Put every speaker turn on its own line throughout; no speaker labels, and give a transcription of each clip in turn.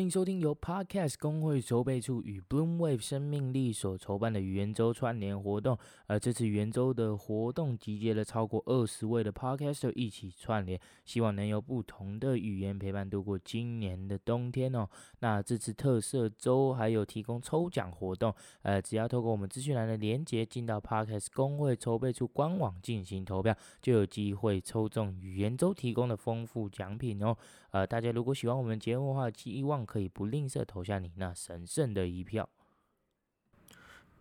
欢迎收听由 Podcast 工会筹备处与 Bloom Wave 生命力所筹办的语言周串联活动。呃，这次语言周的活动集结了超过二十位的 Podcaster 一起串联，希望能由不同的语言陪伴度过今年的冬天哦。那这次特色周还有提供抽奖活动，呃，只要透过我们资讯栏的连接进到 Podcast 工会筹备处官网进行投票，就有机会抽中语言周提供的丰富奖品哦。呃，大家如果喜欢我们节目的话，希望可以不吝啬投下你那神圣的一票。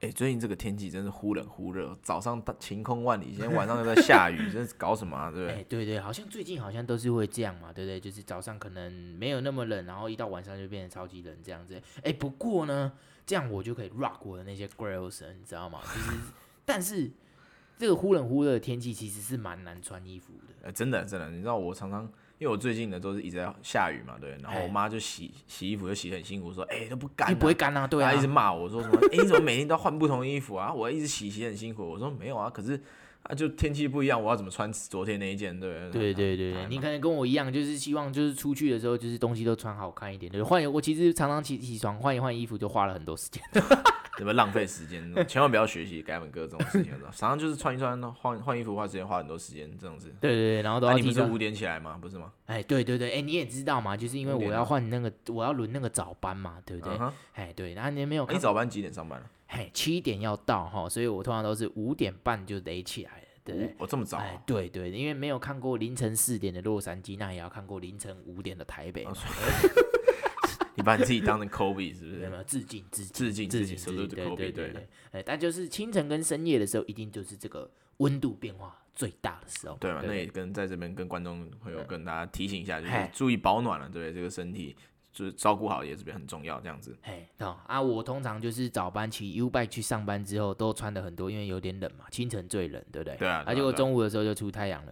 哎、最近这个天气真是忽冷忽热，早上大晴空万里，现在晚上又在下 雨，这是搞什么啊？对不
哎、
对？
对对，好像最近好像都是会这样嘛，对不对？就是早上可能没有那么冷，然后一到晚上就变得超级冷这样子。哎、不过呢，这样我就可以 rock 我的那些 girls，了你知道吗？就是， 但是这个忽冷忽热的天气其实是蛮难穿衣服的。
呃，真的真的，你知道我常常，因为我最近呢都是一直在下雨嘛，对，然后
哎
我妈就洗洗衣服就洗得很辛苦，说，哎、都不干、
你
啊，
不会干啊，对啊，
她一直骂我说什么，哎、你怎么每天都要换不同的衣服啊？我一直洗洗很辛苦，我说没有啊，可是啊就天气不一样，我要怎么穿昨天那一件？对
对对对对，你可能跟我一样，就是希望就是出去的时候，就是东西都穿好看一点。对，换我其实常常起起床换一换衣服就花了很多时间。
有没有浪费时间？千万不要学习改本哥这种事情，常常就是穿一穿，换换衣服花时间花很多时间，这种事。
对对对，然后 都
啊、
要
你不
提
是
早。
五点起来吗？不是吗？
哎，对对对，哎，你也知道嘛，就是因为
五点
我要
了
换那个，我要轮那个早班嘛，对不对
嗯？哼
哎，对，然后你没有
啊
看
你，早班几点上班啊？
哎，七点要到哈，所以我通常都是五点半就得起来了，对不对？
我、哦、这么早、
哎
啊，，
对对，因为没有看过凌晨四点的洛杉矶，那也要看过凌晨五点的台
啊
北嘛，
哦你把你自己当成 Kobe 是不
有没
是？
有？致敬致敬。
致敬
自己自
致敬
己
salute
对
Kobe，
对
对
对，哎，但就是清晨跟深夜的时候，一定就是这个温度变化最大的时候，
对嘛？那
对
也跟在这边跟观众朋友跟大家提醒一下，就是
嗨
注意保暖啊了，对不对这个身体就是照顾好也是很重要，这样子。
哎，懂啊！我通常就是早班骑 U bike 去上班之后，都穿的很多，因为有点冷嘛，清晨最冷，对不对？
对啊对啊
结果
对啊
中午的时候就出太阳了，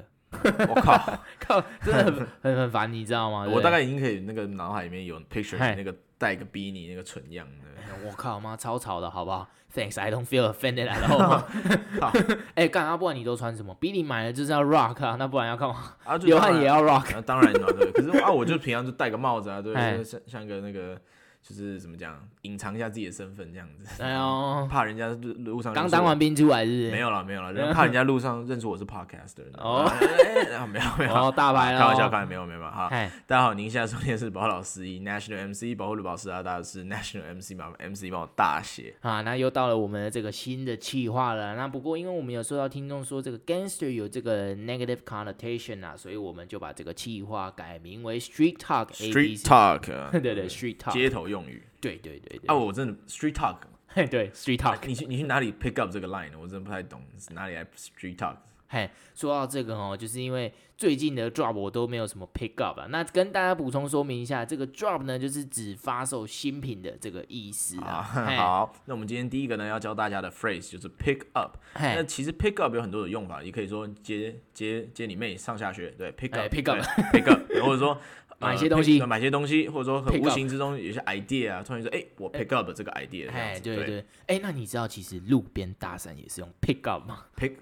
我 靠，
靠，真的很很很烦，你知道吗？对不哎
我
对
大概已经可以那个脑海里面有 picture
嗨
那个带个比你那个蠢样 的。
哎我靠妈超吵的好不好？Thanks, I don't feel offended at all
靠。
哎，干啊！不然你都穿什么？比你买的就是要 rock 啊，那不然要干嘛？
啊，就
流
当
汗
然
也要 rock。
啊，当然嘛，对。可是啊，我就平常就戴个帽子啊，对，
哎
就是像像个那个，就是怎么讲，隐藏一下自己的身份这样子，
哎呦，
怕人家路路上
刚
认出
当
我
完兵出来是不是？
没有了，没 有了，人怕人家路上认出我是 podcaster
哦
哎，哎哎没有没有，
哦，大牌了，
开玩笑，开玩笑，没有没有没有哈。
哎，
大家好，您现在收听的是宝老师一 National MC 保护的宝师啊，大家是 National MC 嘛，MC 帮我大写。
啊，那又到了我们的这个新的企划了。那不过，因为我们有收到听众说这个 gangster 有这个 negative connotation 啊，所以我们就把这个企划改名为 street talk
Street
ABC。
talk，啊
对对，street talk，
街头用语
对对对对，
啊，我真的 Street talk，
嘿 对 street talk。
你去你去哪里 pick up 这个 line？的我真的不太懂，是哪里来 Street talk？
嘿，说到这个哦，就是因为最近的 drop 我都没有什么 pick up 啊。那跟大家补充说明一下，这个 drop 呢，就是指发售新品的这个意思
啊，
啊。嘿
好， 那我们今天第一个呢，要教大家的 phrase 就是 pick up。那
嘿，
其实 pick up 有很多种用法，也可以说接接接你妹上下学，对，pick
哎
up
pick up
对 pick up，或 者说呃
买些东西
pick- 买些东西，或者说很
Pick
无
up
形之中有一些 idea 啊，突然说，哎，我 pick up 这个 idea，这样
哎，
子
对
对
对，哎，那你知道其实路边搭讪也是用 pick up 吗？
，pick，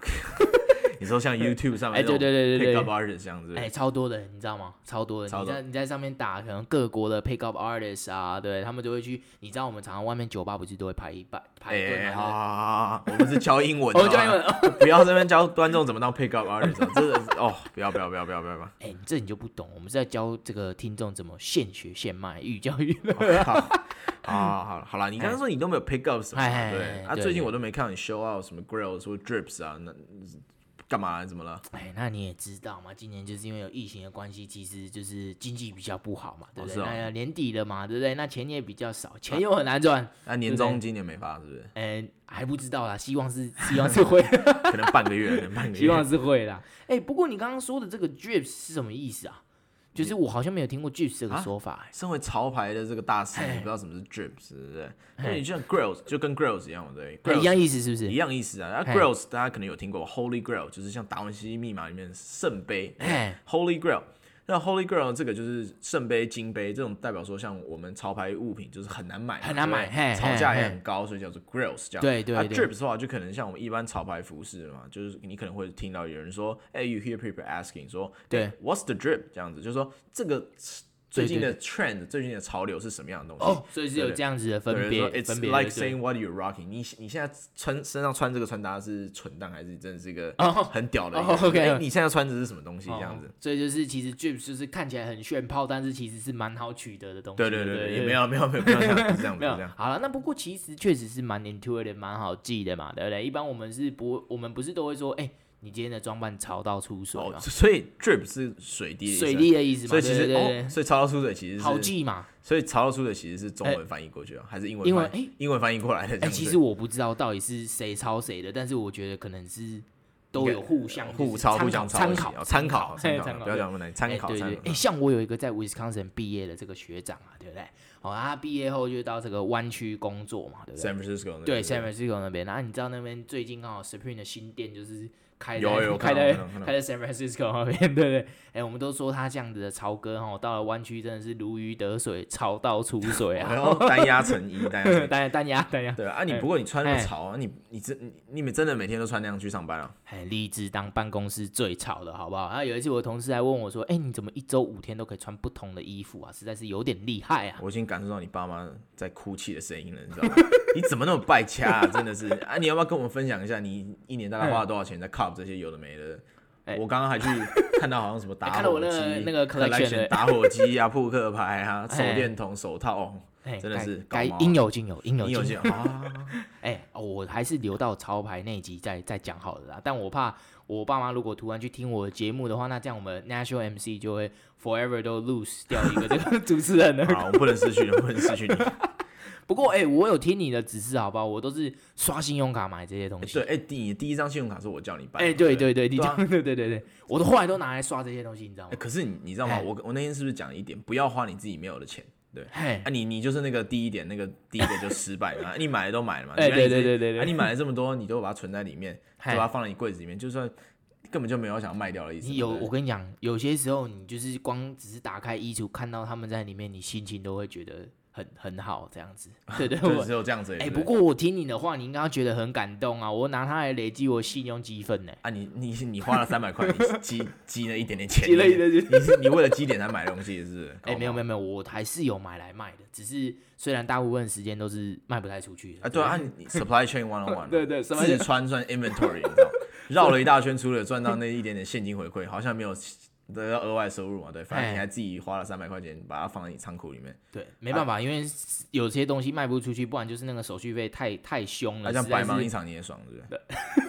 你说像 YouTube 上面
哎对
那种
对对对对
pick up artist 这样子，
哎，超多的，你知道吗？超多的，
超
你
多
在你在上面打，可能各国的 pick up artist 啊，对他们就会去，你知道我们常常外面酒吧不是都会排一排排
哎
队吗
哎，好好好好，好我们是教英文 的，
我们教英文
好吧，不要这边教观众怎么当 pick up artist，真的是哦，不要不要不要不要不要不要。
哎，你这你就不懂，我们是在教这个听众怎么现学现卖，寓教于乐。
好，好，好了，好了，你刚刚说你都没有 pick up 什么
哎
嘛，
哎
对
哎
啊，
对
最近我都没看到你 show out 什么 grills 或 drips 啊，那干嘛？啊怎么了？
哎，那你也知道嘛，今年就是因为有疫情的关系，其实就是经济比较不好嘛，对不
是
对？
哦啊
哎呀，年底了嘛，对不对？那钱也比较少，钱又很难赚，
那啊年终今年没发是不是？
哎，还不知道啦，希望是希望是会，
可能半 个月，可能半个
希望
月。
是会啦。 哎，不过你刚刚说的这个 drips 是什么意思啊？就是我好像没有听过 drips 这个
啊
说法、哎
身为潮牌的这个大师，
哎
你不知道什么是 drips，对不对？那你就像 grills 就跟 grills 一样嘛，对
哎一
，grills
样意思是不是
一？样意思啊。那
哎
grills 大家可能有听过 holy grail，就是像达文西密码里面圣杯
哎
holy grail。那 holy grail 这个就是圣杯、金杯这种代表说，像我们潮牌物品就是很难买嘛，
很难买
对不对
嘿
炒价
嘿
也
嘿
很高，所以叫做 grills 这样。
对对
啊
对
，drips 的话就可能像我们一般潮牌服饰嘛，就是你可能会听到有人说，哎、y o u hear people asking 说，
对
哎，what's the drip 这样子，就是说这个最近的 trend，最近的潮流是什么样的东西？
哦，所以是有
对
这样子的分
有
别
人说
分
It's
别对
like saying what you're rocking 你。你现在穿身上穿这个穿搭是蠢蛋，还是真的是一个
哦
很屌的一个
哦
人？
，OK
哎你现在穿着是什么东西？这样子
哦。所以就是其实 Drips 就是看起来很炫炮，但是其实是蛮好取得的东西。
对
对
对
对
对，也没有没有没有，不要这样，不是这样，不
没
是
有
这样。
好了，那不过其实确实是蛮 intuitive，蛮好记的嘛，对不对？一般我们是不，我们不是都会说，哎、你今天的装扮潮到出水
哦，
嘛，
所以 drip 是水滴，
啊水，滴的意思嘛，
啊所以其实
对对对
哦，所以潮到出水其实
对
是
好，记嘛。
所以潮到出水其实是中文翻译过去啊，还是英文翻？
哎英文哎
英文翻译过来的这
哎、
样子。
其实我不知道到底是谁抄谁的，但是我觉得可能是都有互相
互抄互相抄
参
袭
考
哦参考参
嘿
考，不要讲不能参考
哎对
参
对，哎、
考。
像我有一个在 Wisconsin 毕业的这个学长啊，对不对？哦，他毕业后就到这个湾区工作嘛，对不对？
San Francisco 那
对
边
，San Francisco 那边，然后啊你知道那边最近刚好 Supreme 的新店就是开
有
在
有
开
看到
在
看到看到
开在 San Francisco 那边，对不对？哎、我们都说他这样子的潮哥哈，到了湾区真的是如鱼得水，潮到出水
然
啊！
后哦单压成一，单压 成一
单单压单压，
对啊，你
哎
不过你穿那么
哎
潮啊，你你真你你们真的每天都穿那样去上班啊？
很励志当办公室最潮的好不好？然后有一次我同事还问我说：“哎、你怎么一周五天都可以穿不同的衣服啊？实在是有点厉害啊！”
我已经感受到你爸妈在哭泣的声音了，你知道吗？你怎么那么败家啊？真的是啊！你要不要跟我们分享一下，你一年大概花了多少钱在 c u p 这些有的没的？
嗯哎
我刚刚 还去看到好像什么打
看到
火
我那个
机、
那个 collection 的
collection 打火机啊、扑克牌啊、手
哎
电筒、手套，哦
哎、
真的
该
是搞
该
毛
应有尽有，应有
你
尽
有
有。
些 啊，
哎、哦我还是留到潮牌那一集再再讲好了啦。但我怕我爸妈如果突然去听我的节目的话，那这样我们 National MC 就会 forever 都 lose 掉一个这个 主持人了。
好，我不能失去你，我不能失去你。
不过哎、我有听你的指示，好不好？我都是刷信用卡买这些 东西。
对，哎，你第一张信用卡是我叫你办
哎、
的，
对
不对
对对，你
啊
讲、对对对对，我的后来都拿来刷这些东西，你知道
哎
吗？
可是你你知道吗？
哎
我我那天是不是讲了一点，不要花你自己没有的钱？对，
嘿
啊，你你就是那个第一点，那个第一个就失败嘛， 啊你买了都买了嘛，
哎
原来
对
你
对
是
对对对
啊，你买了这么多，你都把它存在里面，就
嗨
把它放在你柜子里面，就算根本就没有想要卖掉的意思。
你有，
对不
我
对
跟你讲，有些时候你就是光只是打开衣橱，看到他们在里面，你心情都会觉得很很好，这样子。对 对，
就
我
只有这样子而已。
哎、
对
不
对
过我听你的话，你应该觉得很感动啊！我拿它来累积我信用积分呢、
啊，你你你花了三百块，你积积了一点点钱，
积了一
你
点点
你是你为了积点才买东西，是不是？
哎、没有没
有
有没有，我还是有买来卖的，只是虽然大部分时间都是卖不太出去的
啊，对啊，你 你 supply chain one on one，
对对，supply
自穿算 inventory，你知道，绕了一大圈，除了赚到那一点点现金回馈，好像没有得到额外收入嘛，对，反正你
哎
还自己花了三百块钱把它放在你仓库里面。
对，没办法，因为有些东西卖不出去，不然就是那个手续费太太凶了，
那像
实在
白
嗯是
忙一场你也爽，对不对？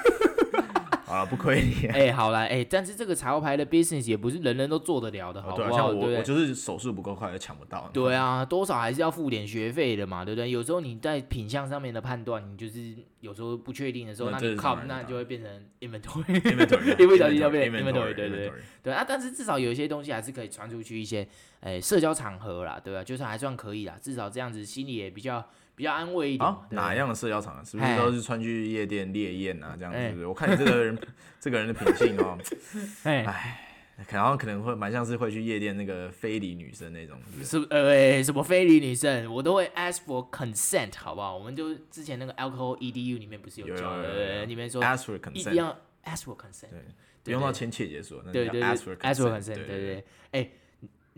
好了，不亏你。啊
哎、好啦，哎、但是这个潮牌的 business 也不是人人都做得了的，好不
对啊，
好？
像
对
我
不对
我就是手速不够快，就抢不到。
对啊，多少还是要付点学费的嘛，对不对？有时候你在品相上面的判断，你就是有时候不确定的时候，
那
那
这
你
是
cup
当然的
那
当
就会变成 inventory，
，inventory，啊
一不小心就变
inventory，
inventory，对对
inventory
对啊。但是至少有一些东西还是可以传出去一些，诶、社交场合啦，对吧、就是还算可以啦，至少这样子心里也比较比较安慰一点。
啊，
对
哪样的社交场合？是不是
哎
都是穿去夜店烈焰啊？这样子
哎
是不是？我看你这个人， 这个人的品性哦，
哎、
可能可能会蛮像是会去夜店那个非礼女生那种，是不是
是呃、欸什么非礼女生，我都会 ask for consent，好不好？我们就之前那个 alcohol edu 里面不是
有有
教
有
的，对
有
不
有
对里面说
？ask for
一定
consent，
要 ask for consent。
对，不
对
用到
对
签切结束，那
对
叫
对
ask for
ask for
consent，
consent，对
对对。
对。哎、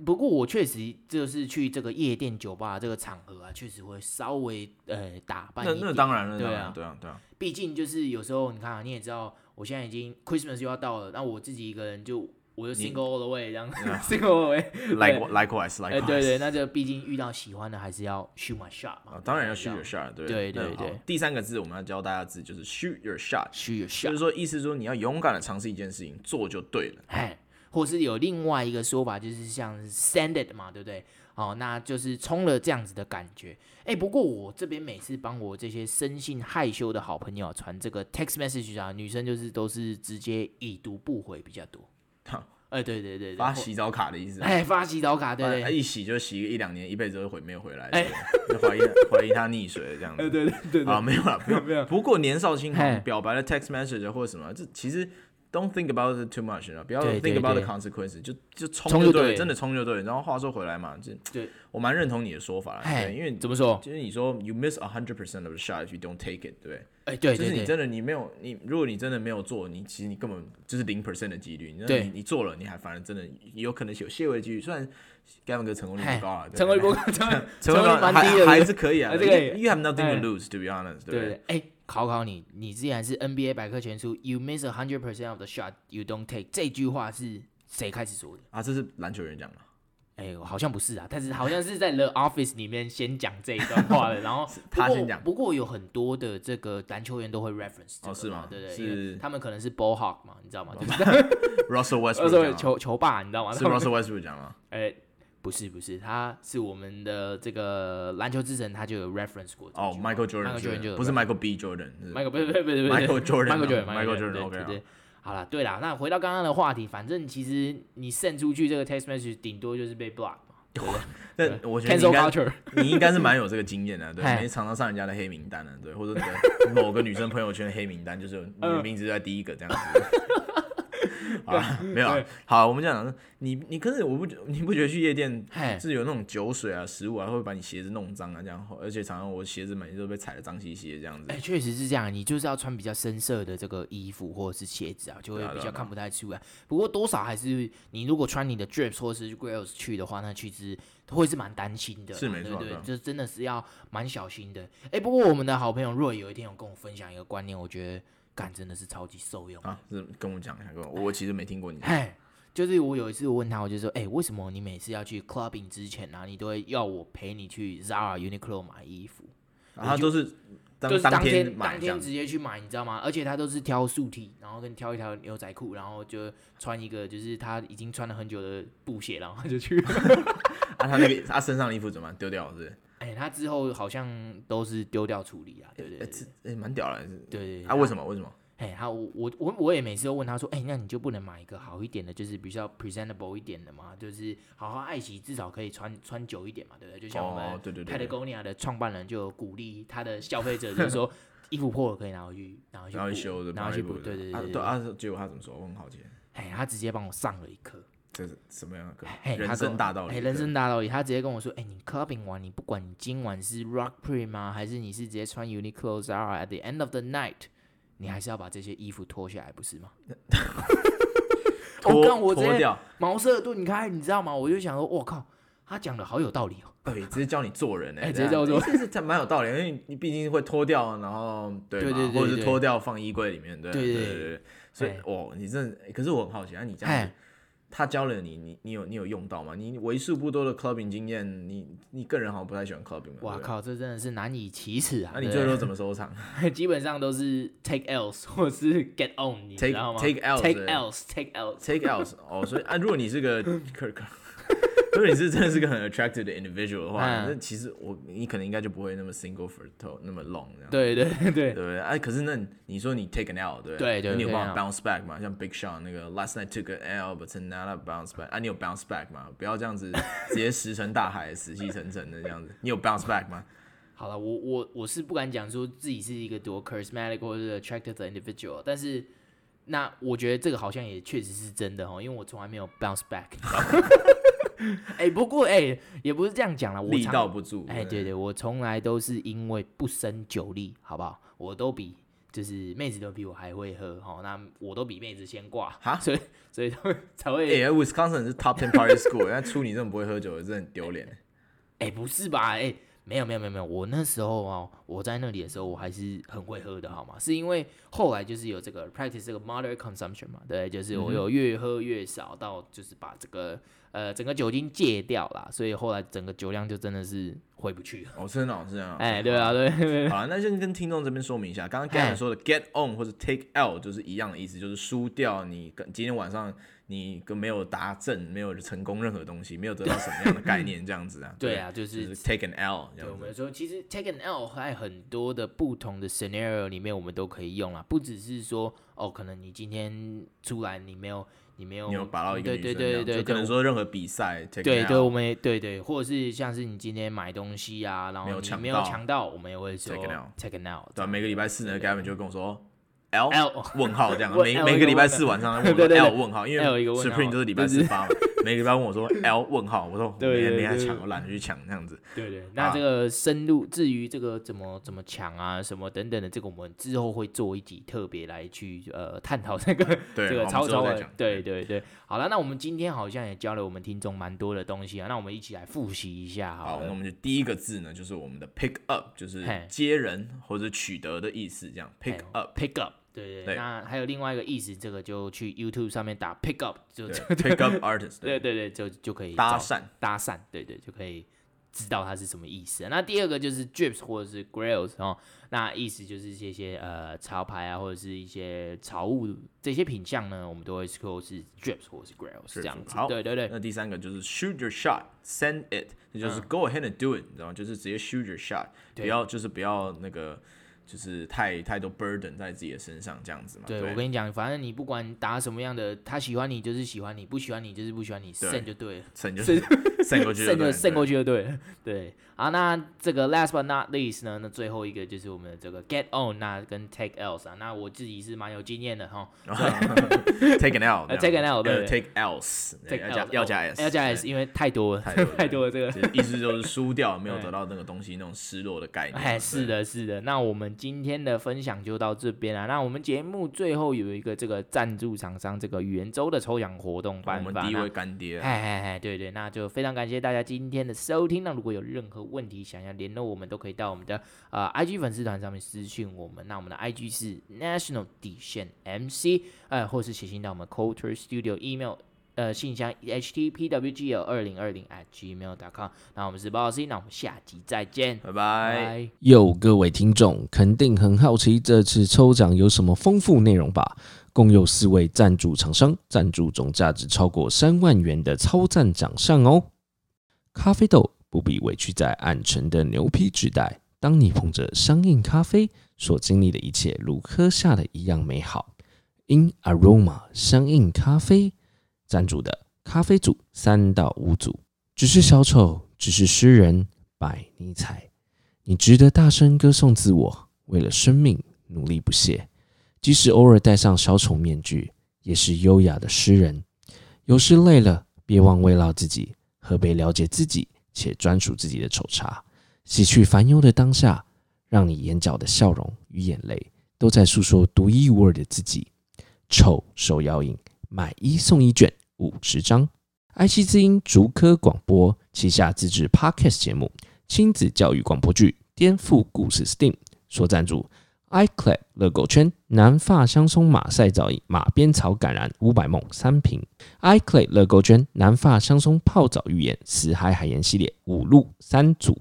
不过我确实就是去这个夜店、酒吧这个场合啊，确实会稍微呃打扮
那
一
那
点。
当然了，
对
当
啊
然对啊对啊，
毕竟就是有时候你看啊，你也知道，我现在已经 Christmas 又要到了，那我自己一个人就我就
你
single all the way 这样 ，single all the way。
like likewise
哎、对
likewise，
对，那就毕竟遇到喜欢的还是要 shoot my shot 嘛。
啊，当然要
你知
shoot
道
your shot，对
对
那
对
好
对
第三个字我们要教大家的字就是 shoot your shot，
shoot your
就
shot。
是说意思是说你要勇敢的尝试一件事情，做就对了。
哎，或是有另外一个说法，就是像 send it 嘛，对不对？哦，那就是冲了这样子的感觉。哎，不过我这边每次帮我这些生性害羞的好朋友传这个 text message 啊，女生就是都是直接已读不回比较多。
哈
哎，对对对对，
发
或
洗澡卡的意思啊，
哎发洗澡卡，对
发哎
对对
一洗就洗一两年，一辈子都回没有回来，
哎
对就怀疑怀疑他溺水了这样子。
呃对对对哎
啊，没有啦，不用
没有
不过年少轻狂
嘿
表白的 text message 或者什么，这其实 don't think about it too much，然后不要
对
think
对
about the
对
consequences，就就
冲
冲就
就
对
对
了，真的冲就对了。然后话说回来嘛，这
对
我蛮认同你的说法啦，
哎，
对，因为
怎么说？
就是你说 you miss a hundred percent of the shot if you don't take it，对不对？
哎，对
就
对
是你
对，
真的你没有你，如果你真的没有做，你其实你根本就是零 percent 的几率。你
对
你你做了，你还反而真的有可能有些微的几率。虽然 Gavin 哥成功率
哎
不高啊，对
成为不成为
成
成
功
功率
率
蛮
还
低的
还是可以啊。
还是
you
可以
you have nothing
哎
to lose to be honest，对不
对
对？
对，哎，考考你，你既然是 NBA 百科全书，You miss a hundred percent of the shot you don't take，这句话是谁开始说的？
啊，这是篮球员讲的，
哎，好像不是啊，但是好像是在 The Office 里面先讲这一段话 的，然后
他
不过
先讲
不过有很多的这个篮球员都会 reference 这
哦
个
是
嘛
吗
对对，
是
因为他们可能是 ball hawk 嘛，你知道吗？就是
Russell
呃
Westbrook
所
讲
以
的
球球霸，你知道吗？
是
他们
Russell Westbrook 讲吗？
哎，不是不是，他是我们的这个篮球之神，他就有 reference 过这
哦
句话
，Michael Jordan，
Michael Jordan 就有
不是 Michael B Jordan，是
Michael 不是不是不是不是
Michael Jordan 啊
Michael Jordan
Michael Jordan，
对
OK
对
啊
对。好了，对啦，那回到刚刚的话题，反正其实你 send 出去这个 text message，顶多就是被 block 嘛。
但我觉得你应
cancel
该
culture，
你应该是蛮有这个经验的，啊对，
嗨
没常常上人家的黑名单啊的，对，或者那 个某个女生朋友圈的黑名单，就是你
嗯
的名字在第一个这样子。好啦，没有啊
对
好，我们这样讲，你你可是我不觉你不觉得去夜店
嘿，
是有那种酒水啊、食物啊，会把你鞋子弄脏啊，这样，而且常常我鞋子每次都被踩得脏兮兮的这样子
哎、。确实是这样，你就是要穿比较深色的这个衣服或者是鞋子啊，就会
对啊
比
对啊
较
对啊
看不太出来。不过多少还是你如果穿你的 drips 或是 grills 去的话，那其实会是蛮担心的啦，
是没
对
错
对
对啊
这真的是要蛮小心的。哎、不过我们的好朋友若有一天有跟我分享一个观念，我觉得干真的是超级受用。
啊，是跟我讲一下，跟我我其实没听过你。
哎，就是我有一次我问他，我就说，哎、为什么你每次要去 clubbing 之前啊，你都会要我陪你去 Zara、Uniqlo 买衣服？
然后都是
就
当
是当
天
天
买
当
这样
天
子
直接去买，你知道吗？而且他都是挑素 T，然后跟挑一条牛仔裤，然后就穿一个就是他已经穿了很久的布鞋，然后就去。
啊，他那个他身上的衣服怎么办丢掉？是不是？
哎，他之后好像都是丢掉处理啊，对对
哎
对
这哎，蛮屌的。是
对对。
啊，为什么？为什么？
哎，他我我我我也每次都问他说，哎，那你就不能买一个好一点的，就是比较 presentable 一点的嘛，就是好好爱惜，至少可以穿穿久一点嘛，对不对？就像我
哦
们，
对对对对。
Patagonia 的创办人就有鼓励他的消费者，就是 说衣服破了可以拿回去，拿回去
然后
补
去修的，
拿回
帮他
去
补
补，
的
对对
啊
对
对啊，结果他怎么说？我很好奇，
哎，他直接帮我上了一课，
这是什么样的课
嘿？他
人
跟我
生大道理，
哎，
对
人生大道理，他直接跟我说，哎，你 clubbing 完，你不管你今晚是 rock print 吗，还是你是直接穿 Uniqlo Zara at the end of the night，你还是要把这些衣服脱下来，不 是吗？我
脱
干我直
脱
接
掉，
茅塞顿开，你知道吗？我就想说，我靠，他讲的好有道理哦。
对，哎直接教你做人
哎
哎，
直接教我做
人，这这蛮有道理，因为你毕竟会脱掉，然后对
对
嘛
对对
或者
对
是脱掉放衣柜里面，对
对
对
对
对对，所以
哎
哦，你真的，哎可是我很好奇，啊，你这样
哎
子。他教了你，你你有你有用到吗？你为数不多的 clubbing 经验，你你个人好像不太喜欢 clubbing 嘛。
哇
对不对！
靠，这真的是难以启齿啊！
那你
对
最后怎么收场
基本上都是 take else 或是 get on，你知
？Take
道吗
take 欸 out
take else，take else。
take out 哦，所以啊，如果你 是个可可，如果你是真的是个很 attractive 的 individual 的话，
嗯
那其实我你可能应该就不会那么 single for to 那么 long 这样。
对对
对
对
不对？哎、可是那你说你 take an L，对不
对
对
对
那你有
take
办
an
法 bounce back 吗？像 Big Sean 那个 last night took an L but tonight I bounce back，啊，你有 bounce back 吗？不要 这样子直接石沉大海、死气沉沉的这样子，你有 bounce back 吗？
好了，我我我是不敢讲说自己是一个多 charismatic 或者 attractive 的 individual，但是那我觉得这个好像也确实是真的哦，因为我从来没有 bounce back。哎、不过哎、也不是这样讲 啦，我
力
常
道不住，
哎，对对，我从来都是因为不胜酒力，好不好？我都比就是妹子都比我还会喝，好，那我都比妹子先挂，
哈
所以所以他们才会，哎、
哎、w i s c o n s i n 是 top ten party school，人家出你这种不会喝酒的，真的很丢脸。
不是吧？哎、没有没有没有没有，我那时候啊，我在那里的时候，我还是很会喝的，好吗？是因为后来就是有这个 practice 这个 moderate consumption 嘛，对，就是
嗯
我有越喝越少，到就是把这个呃整个酒精戒掉啦，所以后来整个酒量就真的是回不去了。
哦，真的哦，是啊。
哎、对啊，对 对对
好了，那先跟听众这边说明一下，刚刚
哎
Gavin 说的 get on 或者 take L 就是一样的意思，就是输掉你跟今天晚上你跟没有达阵，没有成功任何东西，没有得到什么样的 概念这样子啊。
对啊，就
就是是 take an L 这
对，我
样子。
们说，其实 take an L 在很多的不同的 scenario 里面，我们都可以用啦，不只是说哦，可能你今天出来你没有，你没有，
你有把到一个
对
女
对
生这
对
样，
对，
就可
对
能
我
说任何比赛 take an
对
L，
对，我们也对对，或者是像是你今天买东西啊，然后
没有
你
抢
没有
到
抢到，我们也会说
take an L
take an L，
对啊，每个礼拜四呢
对对
，Gavin 就会跟我说 L
L 哦
问号这样，
问
每
L
每
一
个
个
礼拜
问
四
号
晚 上他问
对
我
对对
L 问号，因为
L 一个问号
Supreme 都是礼拜
就是
四发嘛，每个礼拜问我说 L 问号，我说
对
没
对
没来
对
抢，我懒得去抢这样子。
对 对，
啊
那这个深入，至于这个怎么怎么抢啊，什么等等的，这个我们之后会做一集特别来去呃探讨这个
对，
这
我
个
们
超
之后
超
再
的
讲，。嗯
对对对。好了，那我们今天好像也教了我们听众蛮多的东西啊，那我们一起来复习一下好
好，那我
了。
们就第一个字呢，就是我们的 pick up，就是
嘿
接人或者取得的意思，这样 pick
嘿
up。
pick up，对对。
对
那还有另外一个意思，这个就去 YouTube 上面打 pick up，就
对
就
，pick up artist，
对对对，就就可以找
搭讪，
搭讪，对对，就可以知道它是什么意思。那第二个就是 drips 或者是 grills 哦，那意思就是这些呃潮牌啊，或者是一些潮物这些品相呢，我们都会说是 drips 或是 grills 这样子。
好
对对对，嗯
那第三个就是 shoot your shot，send it，那就是 go ahead and do it，你知道吗？就是直接 shoot your shot，
对
不要就是不要那个就是太太多 burden 在自己的身上这样子嘛。
对我跟你讲，反正你不管打什么样的，他喜欢你就是喜欢你，不喜欢你就是不喜欢你，
对
剩就对了。
省就是省过去 就
胜
对
就
了，
胜
对
过去就对了。对，好，那这个 last but not least 呢，那最后一个就是我们的这个 get on 那跟 take else 啊，那我自己是蛮有经验的哈。
take an L，
呃，take an L，对对
呃，take else，对
take
要加
else，
要加
哦
s，
要加
对
s，因为太多了，
太多了
太多了这个。
其实意思就是输掉，没有
对
得到那个东西，那种失落的概念。
哎，是
对，
的，是的。那我们今天的分享就到这边啊了。那我们节目最后有一个这个赞助厂商这个圆周的抽奖活动
我
办
们
法。
第一
那
位干爹啊，
哎哎哎，对对，那就非常感谢大家今天的收听。那如果有任何问题想要联络我们，都可以到我们的呃 IG 粉丝团上面私讯我们。那我们的 IG 是 National 底线 MC，呃，或是写信到我们 Culture Studio email。呃，信箱 htpwgl 二零二零 at gmail.com，那我们是包老师，那我们下集再见，
拜拜。
拜。
哟，各位听众肯定很好奇这次抽奖有什么丰富内容吧？共有四位赞助厂商，赞助总价值超过三万元的超赞奖项哦。咖啡豆不必委屈在暗沉的牛皮纸袋，当你捧着相应咖啡，所经历的一切如喝下的一样美好。In Aroma 相应咖啡赞助的咖啡组三到五组，只是小丑，只是诗人，拜尼采。你值得大声歌颂自我，为了生命努力不懈。即使偶尔戴上小丑面具，也是优雅的诗人。有时累了，别忘慰劳自己，喝杯了解自己且专属自己的丑茶，洗去烦忧的当下，让你眼角的笑容与眼泪都在诉说独一无二的自己。丑手摇饮，买一送一卷，五十张。爱惜之音竹科广播旗下自制 Podcast 节目。亲子教育广播剧《颠覆故事 STEAM》所赞助。iClap 乐狗圈南发香松马赛皂饮马鞭草橄榄五百梦三瓶，iClap 乐狗圈南发香松泡澡浴盐死海海盐系列五路三组，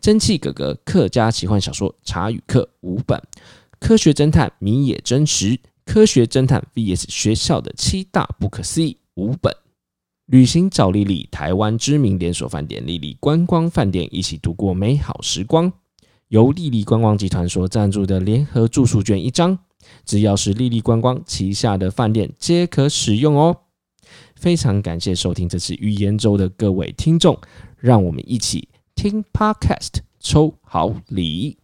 蒸汽哥哥客家奇幻小说《茶与客》五本，科学侦探米野真实，科学侦探 VS 学校的七大不可思议五本。旅行找丽丽，台湾知名连锁饭店丽丽观光饭店，一起度过美好时光。由丽丽观光集团所赞助的联合住宿券一张，只要是丽丽观光旗下的饭店皆可使用哦。非常感谢收听这次预言周的各位听众，让我们一起听 Podcast 抽好礼。